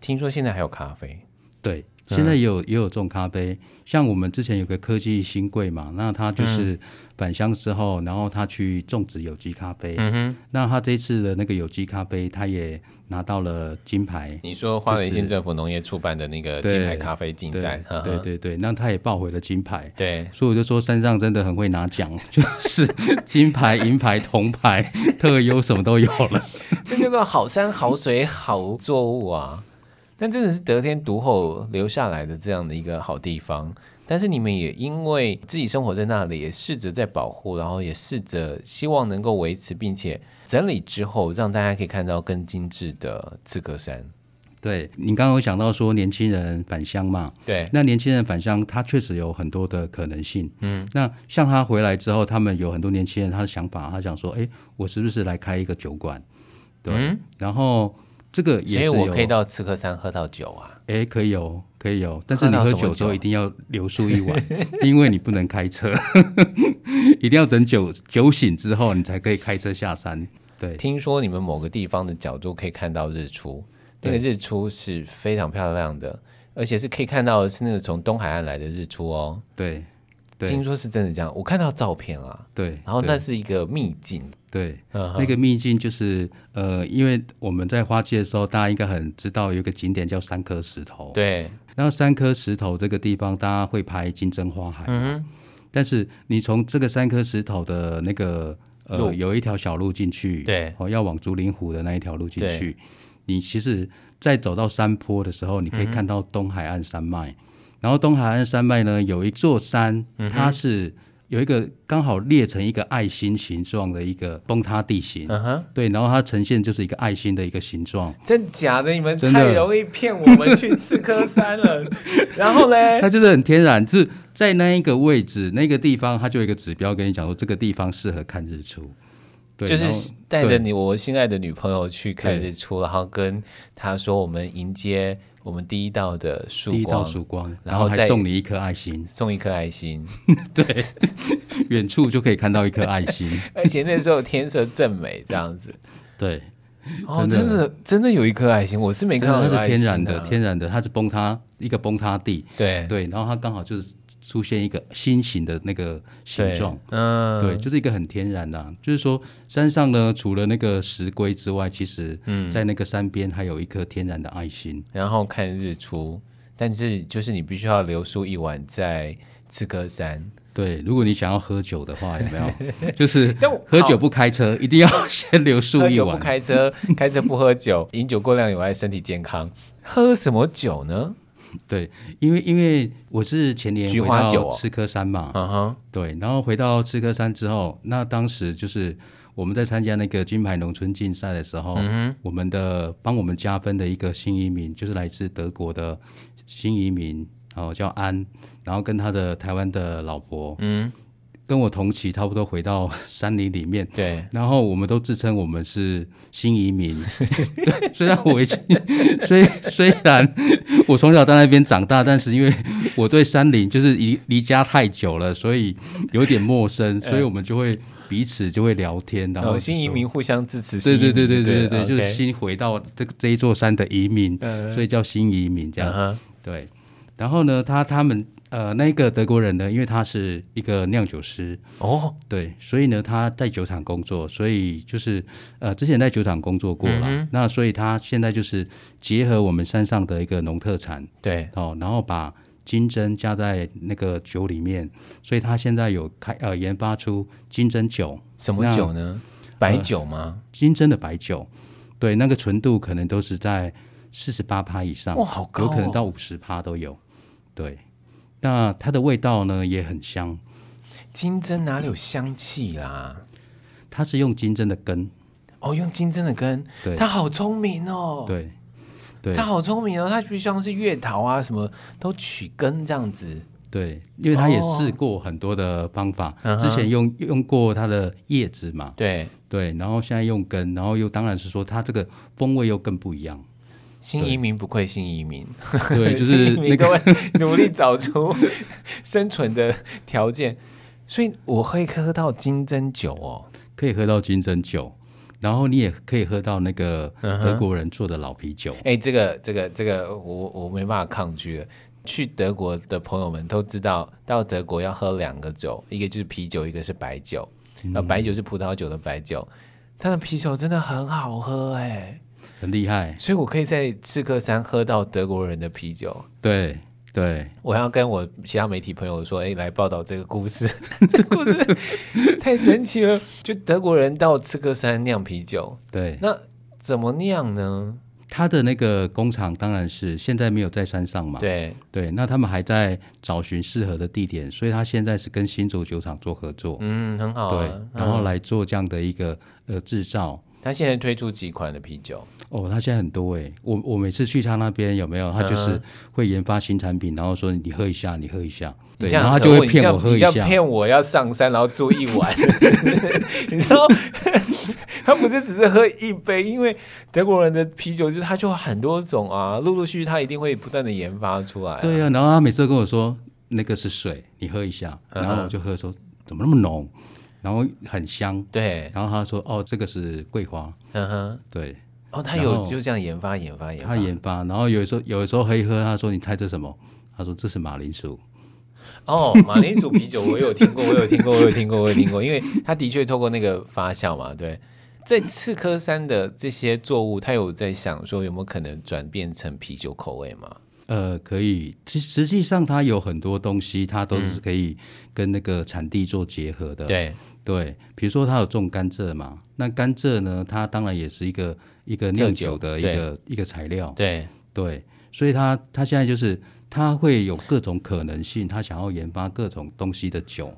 Speaker 2: 听说现在还有咖啡。
Speaker 1: 对。
Speaker 2: 嗯
Speaker 1: 现在也有也有种咖啡，像我们之前有个科技新贵嘛，那他
Speaker 2: 嗯
Speaker 1: 就是返乡之后，然后他去种植有机咖啡，
Speaker 2: 嗯哼，
Speaker 1: 那他这一次的那个有机咖啡，他也拿到了金牌，
Speaker 2: 你说花莲
Speaker 1: 就是
Speaker 2: 县政府农业处办的那个
Speaker 1: 对
Speaker 2: 金牌咖啡竞
Speaker 1: 对
Speaker 2: 赛，呵呵
Speaker 1: 对对对，那他也抱回了金牌，
Speaker 2: 对，
Speaker 1: 所以我就说山上真的很会拿奖， 就是金牌、银牌、铜牌、特优什么都有了。
Speaker 2: 这叫做好山好水好作物啊！但真的是得天独厚留下来的这样的一个好地方。但是你们也因为自己生活在那里，也试着在保护，然后也试着希望能够维持，并且整理之后，让大家可以看到更精致的刺客山。
Speaker 1: 对你刚刚有讲到说年轻人返乡嘛，
Speaker 2: 对，
Speaker 1: 那年轻人返乡，他确实有很多的可能性。嗯，那像他回来之后，他们有很多年轻人，他的想法，他想说，哎，我是不是来开一个酒馆？对，
Speaker 2: 嗯
Speaker 1: 然后这个
Speaker 2: 所
Speaker 1: 也
Speaker 2: 以
Speaker 1: 是
Speaker 2: 我
Speaker 1: 有
Speaker 2: 可以到刺客山喝到酒啊。
Speaker 1: 哎，可以哦，可以哦，但是你
Speaker 2: 喝到
Speaker 1: 喝
Speaker 2: 什么
Speaker 1: 酒的时候
Speaker 2: 酒
Speaker 1: 一定要留宿一晚， 因为你不能开车， 一定要等酒酒醒之后，你才可以开车下山。对，
Speaker 2: 听说你们某个地方的角度可以看到日出，那
Speaker 1: 对
Speaker 2: 个日出是非常漂亮的，而且是可以看到的是那个从东海岸来的日出哦。
Speaker 1: 对，
Speaker 2: 听
Speaker 1: 对，
Speaker 2: 说是真的这样，我看到照片啊，
Speaker 1: 对，嗯
Speaker 2: 然后那嗯
Speaker 1: 对
Speaker 2: 是一个秘境，
Speaker 1: 对。
Speaker 2: 那
Speaker 1: 那个秘境就是，呃，因为我们在花季的时候，大家应该很知道有一个景点叫三颗石头。
Speaker 2: 对，
Speaker 1: 然后三颗石头这个地方，大家会拍金针花海，
Speaker 2: 嗯
Speaker 1: 但是你从这个三颗石头的那个
Speaker 2: 路
Speaker 1: 呃有一条小路进去，
Speaker 2: 对
Speaker 1: 哦，要往竹林湖的那一条路进去，你其实在走到山坡的时候，你可
Speaker 2: 嗯
Speaker 1: 以看到东海岸山脉，然后东海岸山脉呢有一座山，
Speaker 2: 嗯
Speaker 1: 它是。有一个刚好列成一个爱心形状的一个崩塌地形
Speaker 2: 哼，，嗯哼，
Speaker 1: 对，然后它呈现就是一个爱心的一个形状，
Speaker 2: 真假的？你们
Speaker 1: 真的
Speaker 2: 太容易骗我们去刺客山了。 然后嘞，
Speaker 1: 它就是很天然，是在那一个位置、那个地方，它就有一个指标跟你讲说这个地方适合看日出。 对，
Speaker 2: 就
Speaker 1: 然后
Speaker 2: 是带着
Speaker 1: 对
Speaker 2: 你我心爱的女朋友去看
Speaker 1: 对
Speaker 2: 日出，然后跟她说我们迎接我们第一道的曙
Speaker 1: 第一道
Speaker 2: 光，
Speaker 1: 曙光，
Speaker 2: 然
Speaker 1: 然
Speaker 2: 后
Speaker 1: 后
Speaker 2: 再
Speaker 1: 还送你一颗爱 心，
Speaker 2: 送一颗爱心。
Speaker 1: 远处就可以看到一颗爱心。
Speaker 2: 而且那时候天色正美，这样子。
Speaker 1: 对，
Speaker 2: 哦，真
Speaker 1: 真的
Speaker 2: 的真的有一颗爱心，我是没看
Speaker 1: 真
Speaker 2: 到有
Speaker 1: 的它
Speaker 2: 爱
Speaker 1: 是
Speaker 2: 心啊
Speaker 1: 天然的，天然的，它是崩塌一个崩塌地，
Speaker 2: 对
Speaker 1: 对，然后它刚好就是出现一个心形的那个形
Speaker 2: 对
Speaker 1: 状。
Speaker 2: 嗯，
Speaker 1: 对，就是一个很天然的啊、就是说山上呢，除了那个石龟之外，其实，
Speaker 2: 嗯
Speaker 1: 在那个山边还有一颗天然的爱心。
Speaker 2: 然后看日出，但是就是你必须要留宿一晚在刺客山。
Speaker 1: 对，如果你想要喝酒的话，有没 有？就是
Speaker 2: 但我
Speaker 1: 喝酒不开车，一定要先留宿
Speaker 2: 喝
Speaker 1: 一
Speaker 2: 酒不
Speaker 1: 晚。
Speaker 2: 开 车，开车不喝酒，饮酒过量有害身体健康。喝什么酒呢？
Speaker 1: 对，因为因为我是前年
Speaker 2: 菊
Speaker 1: 回
Speaker 2: 花酒
Speaker 1: 到
Speaker 2: 哦
Speaker 1: 赤科山嘛，
Speaker 2: 嗯哼，
Speaker 1: 对，然后回到赤科山之后，那当时就是我们在参加那个金牌农村竞赛的时候，
Speaker 2: 嗯
Speaker 1: 我们的帮我们加分的一个新移民，就是来自德国的新移民，哦叫安，然后跟他的台湾的老婆，
Speaker 2: 嗯，
Speaker 1: 跟我同期差不多回到山林里面，
Speaker 2: 对，
Speaker 1: 然后我们都自称我们是新移民， 对虽然我已经 虽虽然我从小在那边长大，但是因为我对山林就是离离家太久了，所以有点陌 生，所以我们就会彼此就会聊天，然
Speaker 2: 然
Speaker 1: 后
Speaker 2: 后
Speaker 1: 就
Speaker 2: 哦新移
Speaker 1: 说
Speaker 2: 民互相支持新移
Speaker 1: 对
Speaker 2: 民，
Speaker 1: 对对对对对，就是
Speaker 2: OK
Speaker 1: 新回到这这一座山的移民，
Speaker 2: 嗯
Speaker 1: 所以叫新移民这样
Speaker 2: 嗯。哼，
Speaker 1: 对，然后呢，他他们呃那个德国人呢，因为他是一个酿酒师，
Speaker 2: 哦，
Speaker 1: 对，所以呢，他在酒厂工作，所以就是呃，之前在酒厂工作过啦。
Speaker 2: 嗯
Speaker 1: 那所以他现在就是结合我们山上的一个农特产
Speaker 2: 对，
Speaker 1: 哦，然后把金针加在那个酒里面，所以他现在有开呃研发出金针酒，
Speaker 2: 什么
Speaker 1: 那
Speaker 2: 酒呢？白酒吗？
Speaker 1: 金针的白酒，对，那个纯度可能都是在四十八趴以上，
Speaker 2: 哇好高
Speaker 1: 有可能
Speaker 2: 哦
Speaker 1: 到五十趴都有。对，那它的味道呢也很香，呃
Speaker 2: 金针哪里有香气啦？
Speaker 1: 它是用金针的根，
Speaker 2: 哦，用金针的根，
Speaker 1: 对
Speaker 2: 他好聪明哦，
Speaker 1: 对，对，
Speaker 2: 他好聪明哦，他必须像是月桃啊什么都取根这样子，
Speaker 1: 对，因为他也
Speaker 2: 哦
Speaker 1: 试过很多的方法，
Speaker 2: 嗯哼
Speaker 1: 之前用用过它的叶子嘛，
Speaker 2: 对，
Speaker 1: 对，然后现在用根，然后又当然是说它这个风味又更不一 样，
Speaker 2: 新移民不愧新移民，
Speaker 1: 对，就
Speaker 2: 新
Speaker 1: 是
Speaker 2: 移
Speaker 1: 那
Speaker 2: 民
Speaker 1: 个
Speaker 2: 都会努力找出生存的条件， 所以我会喝到金针酒哦，
Speaker 1: 可以喝到金针酒，然后你也可以喝到那个
Speaker 2: 嗯哼
Speaker 1: 德国人做的老啤酒，
Speaker 2: 哎，这个这个这个我我没办法抗拒了。去德国的朋友们都知道，到德国要喝两个酒，一个就是啤酒，一个是白酒。呃，白酒是葡萄酒的白酒，它的啤酒真的很好喝哎、
Speaker 1: 很厉害，
Speaker 2: 所以我可以在刺客山喝到德国人的啤酒。
Speaker 1: 对对
Speaker 2: 我要跟我其他媒体朋友说，哎、来报道这个故事， 这个故事太神奇了！就德国人到刺客山酿啤酒，
Speaker 1: 对，
Speaker 2: 那怎么酿呢？
Speaker 1: 它的那个工厂当然是现在没有在山上嘛，
Speaker 2: 对，
Speaker 1: 对，那他们还在找寻适合的地点，所以他现在是跟新竹酒厂做合作，
Speaker 2: 嗯，很好、啊。
Speaker 1: 对
Speaker 2: 嗯，
Speaker 1: 然后来做这样的一个呃制造，
Speaker 2: 他现在推出几款的啤酒？
Speaker 1: 哦，他现在很多哎、我我每次去他那边有没有？他就是
Speaker 2: 嗯
Speaker 1: 会研发新产品，然后说你喝一下，你喝一下，
Speaker 2: 你
Speaker 1: 对，
Speaker 2: 这样
Speaker 1: 然后他
Speaker 2: 很
Speaker 1: 就
Speaker 2: 可
Speaker 1: 会
Speaker 2: 恶
Speaker 1: 骗我喝
Speaker 2: 你
Speaker 1: 一
Speaker 2: 这
Speaker 1: 下
Speaker 2: 样，你这样骗我要上山，然后住一晚， 你知道？ 他不是只是喝一杯，因为德国人的啤酒就是它就有很多种啊，陆陆续续它一定会不断的研发出来、
Speaker 1: 对
Speaker 2: 啊，
Speaker 1: 啊，然后他每次都跟我说那个是水，你喝一下，
Speaker 2: 嗯
Speaker 1: 然后我就喝说怎么那么浓，然后很香，
Speaker 2: 对，
Speaker 1: 然后他说哦这个是桂花，
Speaker 2: 嗯哼，
Speaker 1: 对
Speaker 2: 哦，他
Speaker 1: 然
Speaker 2: 有
Speaker 1: 后
Speaker 2: 就这样研发研发研发，
Speaker 1: 他研发，然后有时候有的时候喝一喝，他说你猜这什么？他说这是马铃薯，
Speaker 2: 哦，马铃薯啤酒我有听过，我有听过，我有听过，我有听过，因为它的确透过那个发酵嘛，对。在赤科山的这些作物，他有在想说有没有可能转变成啤酒口味吗？
Speaker 1: 呃，可以，其实际上它有很多东西，它都是可以跟那个产地做结合的，
Speaker 2: 嗯对，
Speaker 1: 对，比如说它有种甘蔗嘛，那甘蔗呢，它当然也是一个一个
Speaker 2: 蔗
Speaker 1: 酿
Speaker 2: 酒
Speaker 1: 酒的一
Speaker 2: 对
Speaker 1: 个一个材料，
Speaker 2: 对，
Speaker 1: 对，所以他他现在就是他会有各种可能性，他想要研发各种东西的酒。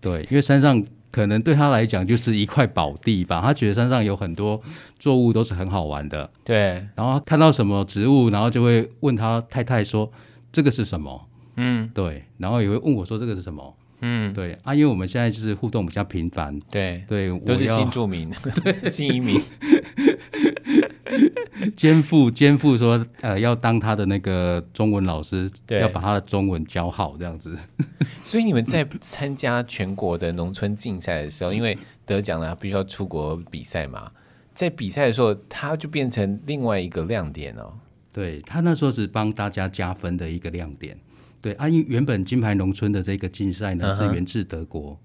Speaker 1: 对，因为山上可能对他来讲就是一块宝地吧，他觉得山上有很多作物都是很好玩的，
Speaker 2: 对，
Speaker 1: 然后他看到什么植物，然后就会问他太太说这个是什么？
Speaker 2: 嗯
Speaker 1: 对，然后也会问我说这个是什么？
Speaker 2: 嗯，
Speaker 1: 对啊，因为我们现在就是互动比较频繁，
Speaker 2: 对，
Speaker 1: 对，我
Speaker 2: 都是
Speaker 1: 要
Speaker 2: 新 住民，新移民，
Speaker 1: 肩负肩负说呃要当他的那个中文老师，
Speaker 2: 对
Speaker 1: 要把他的中文教好这样子。
Speaker 2: 所以你们在参加全国的农村竞赛的时候，因为得奖了，必须要出国比赛嘛，在比赛的时候，它就变成另外一个亮点哦。
Speaker 1: 对他那时候是帮大家加分的一个亮点。对，啊，因为原本金牌农村的这个竞赛呢、
Speaker 2: 嗯哼
Speaker 1: 是源自德国，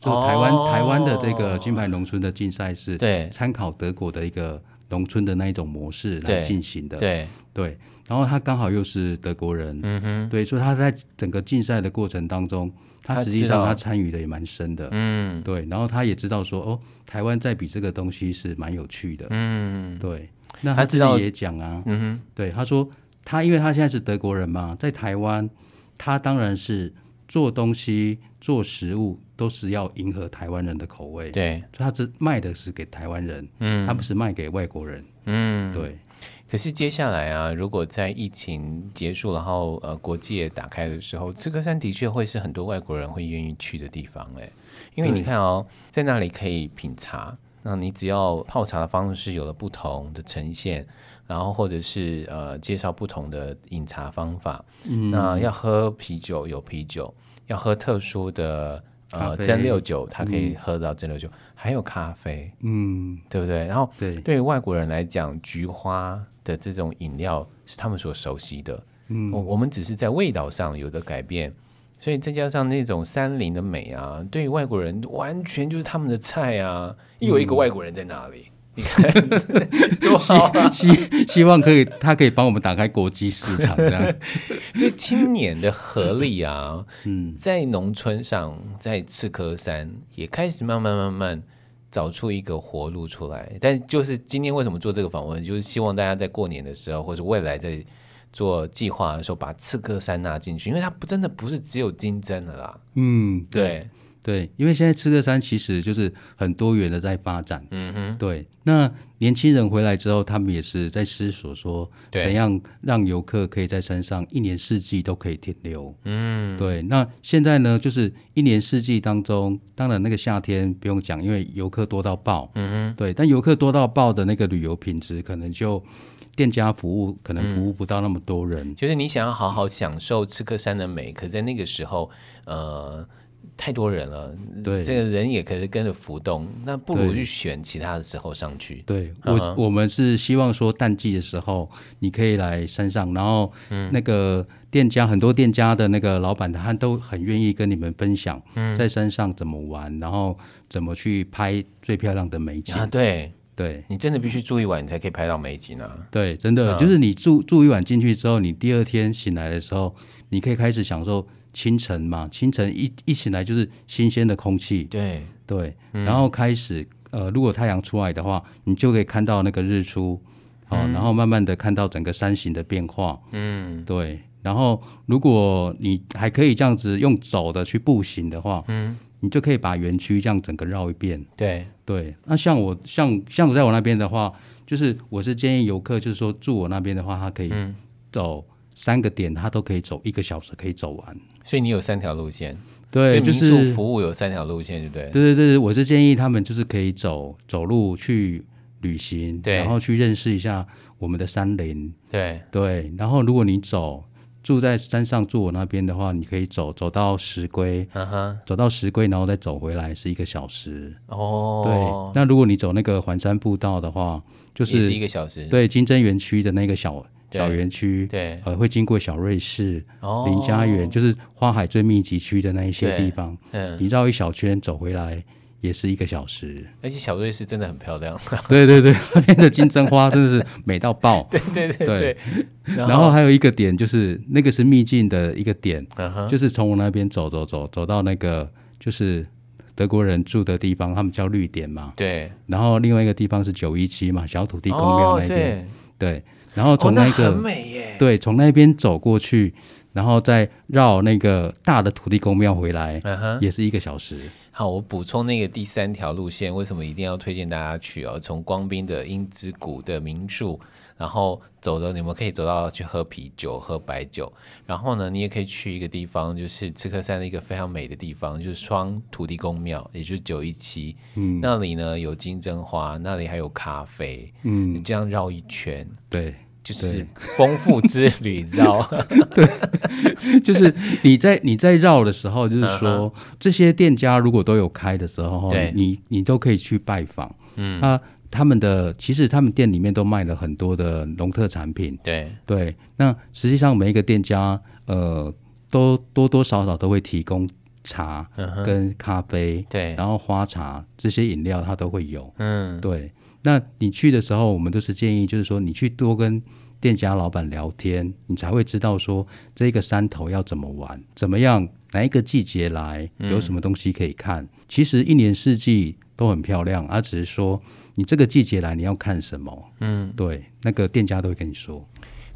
Speaker 1: 就台湾、
Speaker 2: 哦
Speaker 1: 台湾的这个金牌农村的竞赛是
Speaker 2: 对
Speaker 1: 参考德国的一个农村的那一种模式来
Speaker 2: 对
Speaker 1: 进行的。
Speaker 2: 对，
Speaker 1: 对然后他刚好又是德国人，
Speaker 2: 嗯哼，
Speaker 1: 对，所以他在整个竞赛的过程当中，
Speaker 2: 他
Speaker 1: 他实
Speaker 2: 知
Speaker 1: 际上
Speaker 2: 道
Speaker 1: 他参与的也蛮深的。
Speaker 2: 嗯
Speaker 1: 对，然后他也知道说，哦，台湾在比这个东西是蛮有趣的。
Speaker 2: 嗯
Speaker 1: 对，那
Speaker 2: 他
Speaker 1: 他
Speaker 2: 知
Speaker 1: 自己
Speaker 2: 道
Speaker 1: 也讲啊，
Speaker 2: 嗯
Speaker 1: 对，他说他因为他现在是德国人嘛，在台湾，他当然是做东西、做食物都是要迎合台湾人的口味
Speaker 2: 哼，，对，
Speaker 1: 他只卖的是给台湾人，
Speaker 2: 嗯
Speaker 1: 他不是卖给外国人。
Speaker 2: 嗯。
Speaker 1: 对，
Speaker 2: 可是接下来啊，如果在疫情结束，然后呃国界打开的时候，赤科山的确会是很多外国人会愿意去的地方哎、因为
Speaker 1: 对
Speaker 2: 你看哦，在那里可以品茶，那你只要泡茶的方式有了不同的呈现，然后或者是呃介绍不同的饮茶方法，
Speaker 1: 嗯
Speaker 2: 那要喝啤酒有啤酒，要喝特殊的
Speaker 1: 咖
Speaker 2: 呃
Speaker 1: 啡
Speaker 2: 蒸馏酒，它可以喝到蒸馏酒，还有咖啡，
Speaker 1: 嗯，
Speaker 2: 对不对？然后
Speaker 1: 对，
Speaker 2: 对于外国人来讲，菊花的这种饮料是他们所熟悉的。嗯，我我们只是在味道上有的改变，所以再加上那种山林的美啊，对于外国人完全就是他们的菜啊。又有一个外国人在那里，你看多好啊！
Speaker 1: 希 希望可以，他可以帮我们打开国际市场这 样。
Speaker 2: 所以青年的合力啊，嗯，在农村上，在赤科山也开始慢慢慢慢找出一个活路出来。但就是今天为什么做这个访问，就是希望大家在过年的时候，或者未来在做计划的时候，把赤科山纳进去，因为它不真的不是只有金针的啦。
Speaker 1: 嗯，
Speaker 2: 对，
Speaker 1: 对，因为现在吃个山其实就是很多元的在发展。
Speaker 2: 嗯哼，
Speaker 1: 对，那年轻人回来之后，他们也是在思索说，
Speaker 2: 对
Speaker 1: 怎样让游客可以在山上一年四季都可以停留。
Speaker 2: 嗯，
Speaker 1: 对，那现在呢，就是一年四季当中，当然那个夏天不用讲，因为游客多到爆。嗯对，但游客多到爆的那个旅游品质，可能就店家服务
Speaker 2: 嗯
Speaker 1: 可能服务不到那么多人。
Speaker 2: 就是你想要好好享受赤科山的美，可在那个时候，呃，太多人了，
Speaker 1: 对
Speaker 2: 这个人也可以跟着浮动，那不如
Speaker 1: 对
Speaker 2: 去选其他的时候上去。
Speaker 1: 对我
Speaker 2: 嗯哼
Speaker 1: 我们是希望说淡季的时候，你可以来山上，然后
Speaker 2: 嗯
Speaker 1: 那个店家、很多店家的那个老板他都很愿意跟你们分享，
Speaker 2: 嗯
Speaker 1: 在山上怎么玩，然后怎么去拍最漂亮的美景。
Speaker 2: 啊，对
Speaker 1: 对
Speaker 2: 你真的必须住一晚，你才可以拍到美景啊。
Speaker 1: 对，真的、就是你住住一晚进去之后，你第二天醒来的时候，你可以开始享受清晨嘛，清晨一一醒来就是新鲜的空气，
Speaker 2: 对，
Speaker 1: 对，
Speaker 2: 嗯
Speaker 1: 然后开始呃，如果太阳出来的话，你就可以看到那个日出，好、然后慢慢的看到整个山形的变化，
Speaker 2: 嗯，
Speaker 1: 对。然后如果你还可以这样子用走的去步行的话，嗯，你就可以把园区这样整个绕一遍。
Speaker 2: 对，
Speaker 1: 对，那像我像像我在我那边的话，就是我是建议游客，就是说住我那边的话，他可以
Speaker 2: 嗯
Speaker 1: 走三个点，他都可以走一个小时，可以走完。
Speaker 2: 所以你有三条路线，
Speaker 1: 对，
Speaker 2: 所以
Speaker 1: 就
Speaker 2: 民
Speaker 1: 是
Speaker 2: 宿服务有三条路线，对不对？
Speaker 1: 对对对，我是建议他们就是可以走走路去旅行，
Speaker 2: 对
Speaker 1: 然后去认识一下我们的山林。
Speaker 2: 对，
Speaker 1: 对，然后如果你走住在山上住我那边的话，你可以走走到石龟，
Speaker 2: 嗯哼，
Speaker 1: 走到石龟，然后再走回来是一个小时。
Speaker 2: 哦
Speaker 1: 对，，那如果你走那个环山步道的话，就
Speaker 2: 也
Speaker 1: 是
Speaker 2: 一个小时，
Speaker 1: 对金针园区的那个小
Speaker 2: 对
Speaker 1: 小园区，
Speaker 2: 对，
Speaker 1: 呃，会经过小瑞士、
Speaker 2: 哦，
Speaker 1: 林家园，就是花海最密集区的那一些
Speaker 2: 对
Speaker 1: 地方，
Speaker 2: 嗯，
Speaker 1: 你绕一小圈走回来也是一个小时。
Speaker 2: 而且小瑞士真的很漂 亮，
Speaker 1: 对对 对，那边的金针花真的是美到爆。
Speaker 2: 对对对
Speaker 1: 对
Speaker 2: 对，
Speaker 1: 然后还有一个点就是那个是秘境的一个点，
Speaker 2: 嗯哼，
Speaker 1: 就是从我那边走走走走到那个就是德国人住的地方，他们叫绿点嘛。
Speaker 2: 对，
Speaker 1: 然后另外一个地方是九一七嘛，小土地公庙
Speaker 2: 哦
Speaker 1: 那边。
Speaker 2: 对，
Speaker 1: 对，然后
Speaker 2: 哦
Speaker 1: 从那个
Speaker 2: 很美耶，
Speaker 1: 对，从那边走过去，然后再绕那个大的土地公庙回来，
Speaker 2: 嗯哼。
Speaker 1: 也是一个小时。
Speaker 2: 好，我补充那个第三条路线，为什么一定要推荐大家去哦？从光滨的英之谷的民宿，然后走的你们可以走到去喝啤酒、喝白酒，然后呢，你也可以去一个地方，就是刺客山的一个非常美的地方，就是双土地公庙，也就是九一七，
Speaker 1: 嗯
Speaker 2: 那里呢有金针花，那里还有咖啡，你
Speaker 1: 嗯，
Speaker 2: 这样绕一圈。
Speaker 1: 对，
Speaker 2: 就是丰富之旅，你知道吗？
Speaker 1: 就是你在你在绕的时候，就是
Speaker 2: 嗯
Speaker 1: 说这些店家如果都有开的时候
Speaker 2: 对，
Speaker 1: 你你都可以去拜访。嗯，他他们的其实他们店里面都卖了很多的农特产品。
Speaker 2: 对
Speaker 1: 对，那实际上每一个店家，呃，都多多少少都会提供茶
Speaker 2: 嗯
Speaker 1: 跟咖啡，
Speaker 2: 对，
Speaker 1: 然后花茶这些饮料它都会有。
Speaker 2: 嗯，
Speaker 1: 对，那你去的时候，我们都是建议，就是说你去多跟店家老板聊天，你才会知道说这个山头要怎么玩，怎么样，哪一个季节来，
Speaker 2: 嗯
Speaker 1: 有什么东西可以看。其实一年四季都很漂亮，而、只是说你这个季节来你要看什么。嗯，对，那个店家都会跟你说。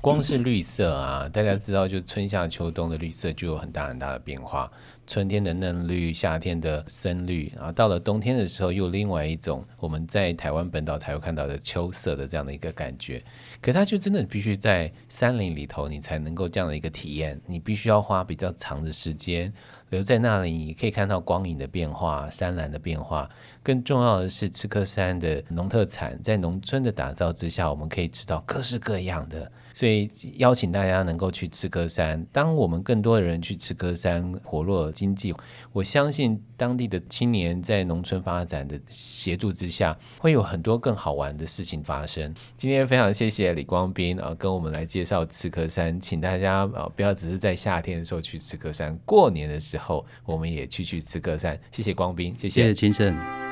Speaker 2: 光是绿色啊，大家知道，就春夏秋冬的绿色就有很大很大的变化。春天的嫩绿，夏天的深绿，然后到了冬天的时候，又有另外一种我们在台湾本岛才会看到的秋色的这样的一个感觉。可它就真的必须在山林里头，你才能够这样的一个体验。你必须要花比较长的时间留在那里，你可以看到光影的变化、山岚的变化。更重要的是，赤科山的农特产在农村的打造之下，我们可以吃到各式各样的。所以邀请大家能够去赤科山。当我们更多的人去赤科山活络经济，我相信当地的青年在农村发展的协助之下，会有很多更好玩的事情发生。今天非常谢谢李光斌啊、呃跟我们来介绍赤科山，请大家啊、呃不要只是在夏天的时候去赤科山，过年的时候我们也去去赤科山。谢谢光斌，谢
Speaker 1: 谢谢秦生。